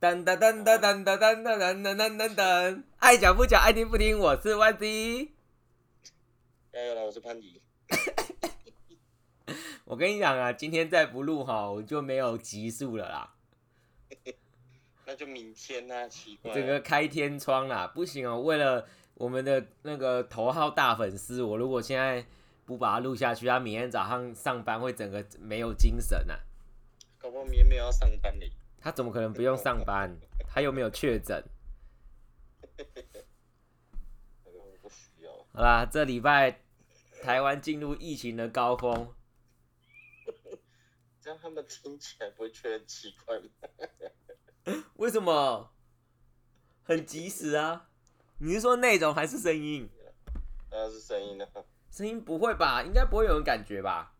噔噔噔噔噔噔噔噔噔噔噔噔噔，爱讲不讲，爱听不听，我是 YZ。加油了，我是潘迪。我跟你讲啊，今天再不录哈，我就没有集数了啦，那就明天啊，奇怪啊。整个开天窗啦，不行哦。为了我们的那个头号大粉丝，我如果现在不把它录下去，他明天早上上班会整个没有精神呐、啊。搞不好明天没有要上班嘞。他怎么可能不用上班？他又没有确诊。那个我不需要。好啦，这礼拜台湾进入疫情的高峰，这样他们听起来不会觉得很奇怪吗？为什么？很及时啊！你是说内容还是声音？那是声音呢？声音不会吧？应该不会有人感觉吧？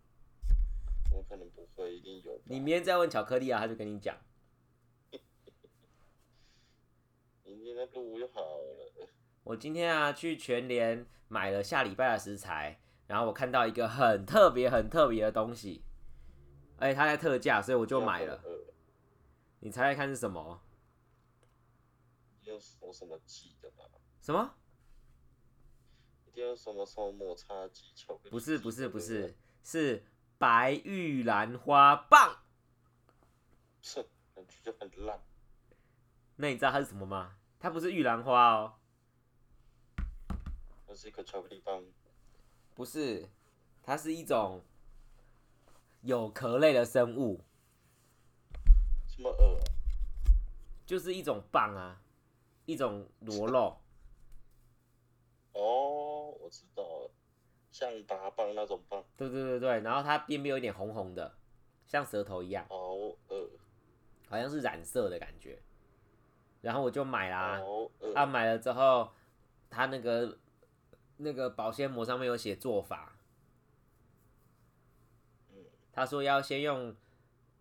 我可能不会，一定有吧。你明天再问巧克力啊，他就跟你讲。明天再录就好了。我今天啊去全联买了下礼拜的食材，然后我看到一个很特别、很特别的东西，而且它在特价，所以我就买了。呃。你猜猜看是什么？一定要说什么记的吧？什么？一定要什么什么摩擦技巧？不是，不是，不是，是白玉兰花棒。是，感觉就很烂。那你知道它是什么吗？它不是玉兰花哦，那是一个巧克力棒，不是，它是一种有壳类的生物，这么恶、啊，就是一种棒啊，一种螺肉。哦，我知道了，象拔棒那种棒，对对对对，然后它边边有一点红红的，像舌头一样，好恶、好像是染色的感觉。然后我就买啦好，恶、啊买了之后，它那个那个保鲜膜上面有写做法，嗯，他说要先用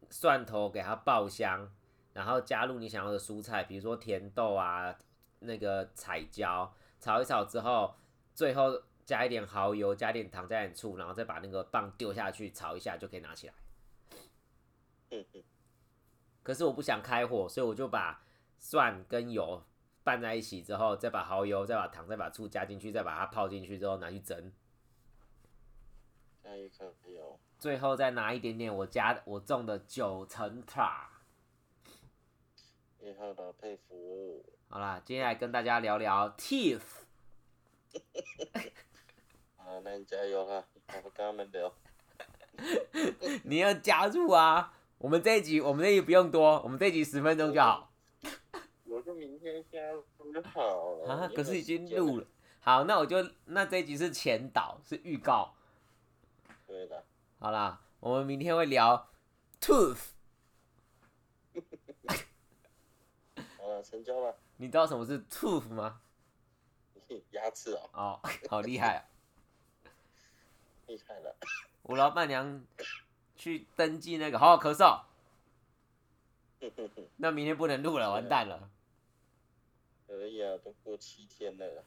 蒜头给它爆香，然后加入你想要的蔬菜，比如说甜豆啊，那个彩椒，炒一炒之后，最后加一点蚝油，加点糖，加点醋，然后再把那个棒丢下去炒一下就可以拿起来。嗯嗯，可是我不想开火，所以我就把蒜跟油拌在一起之后，再把蚝油、再把糖、再把醋加进去，再把它泡进去之后拿去蒸，那也可以哦。最后再拿一点点我加我种的九层塔。厉害了，佩服。好啦，接下来跟大家聊聊 teeth。 啊，那你加油啦！我不跟他们聊，你要加入啊！我们这一集，我们这一集不用多，我们这一集十分钟就好我就明天加入就好了。啊。你可是已经录了。了，好，那我就那这一集是前导，是预告。对啦，好啦，我们明天会聊 tooth。好了，成交了。你知道什么是 tooth 吗？牙齿啊，哦，好厉害、啊！厉害了。我老板娘去登记那个，好好咳嗽。那明天不能录了，完蛋了。可以啊，都过七天了。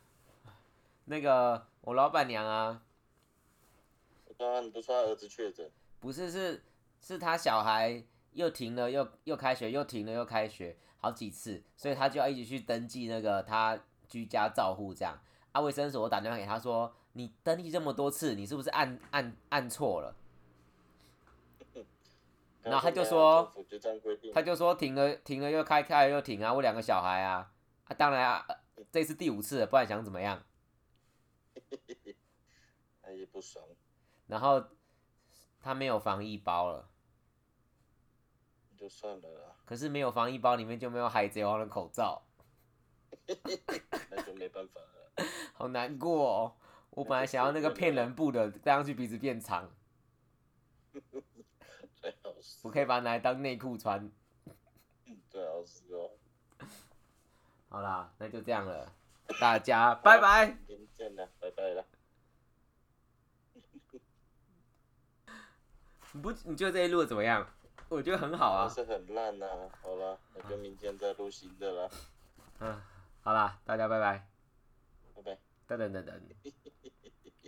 那个我老板娘啊，我刚刚你不是说他儿子确诊？不是，是是他小孩又停了，又又开学，又停了，又开学，好几次，所以他就要一直去登记那个他居家照护这样。啊，卫生所我打电话给他说，你登记这么多次，你是不是按按按错了？然后他就说啊政府就这样规定，他就说停了，停了又开，开了又停啊，我两个小孩啊，啊，当然啊，呃这次第五次了，不然想怎么样？他哎也不爽。然后他没有防疫包了，就算了啦，可是没有防疫包里面就没有海贼王的口罩，那就没办法了。好难过哦。我本来想要那个骗人布的，戴上去鼻子变长。最好是，我可以把它拿来当内裤穿。最好是哦。好啦，那就这样了，大家拜拜。明天见啦，拜拜啦。你不，你觉得这一路怎么样？我觉得很好还啊。是很烂呐、好啦，那就明天再录新的啦，嗯，好啦，大家拜拜。拜拜。等等等等。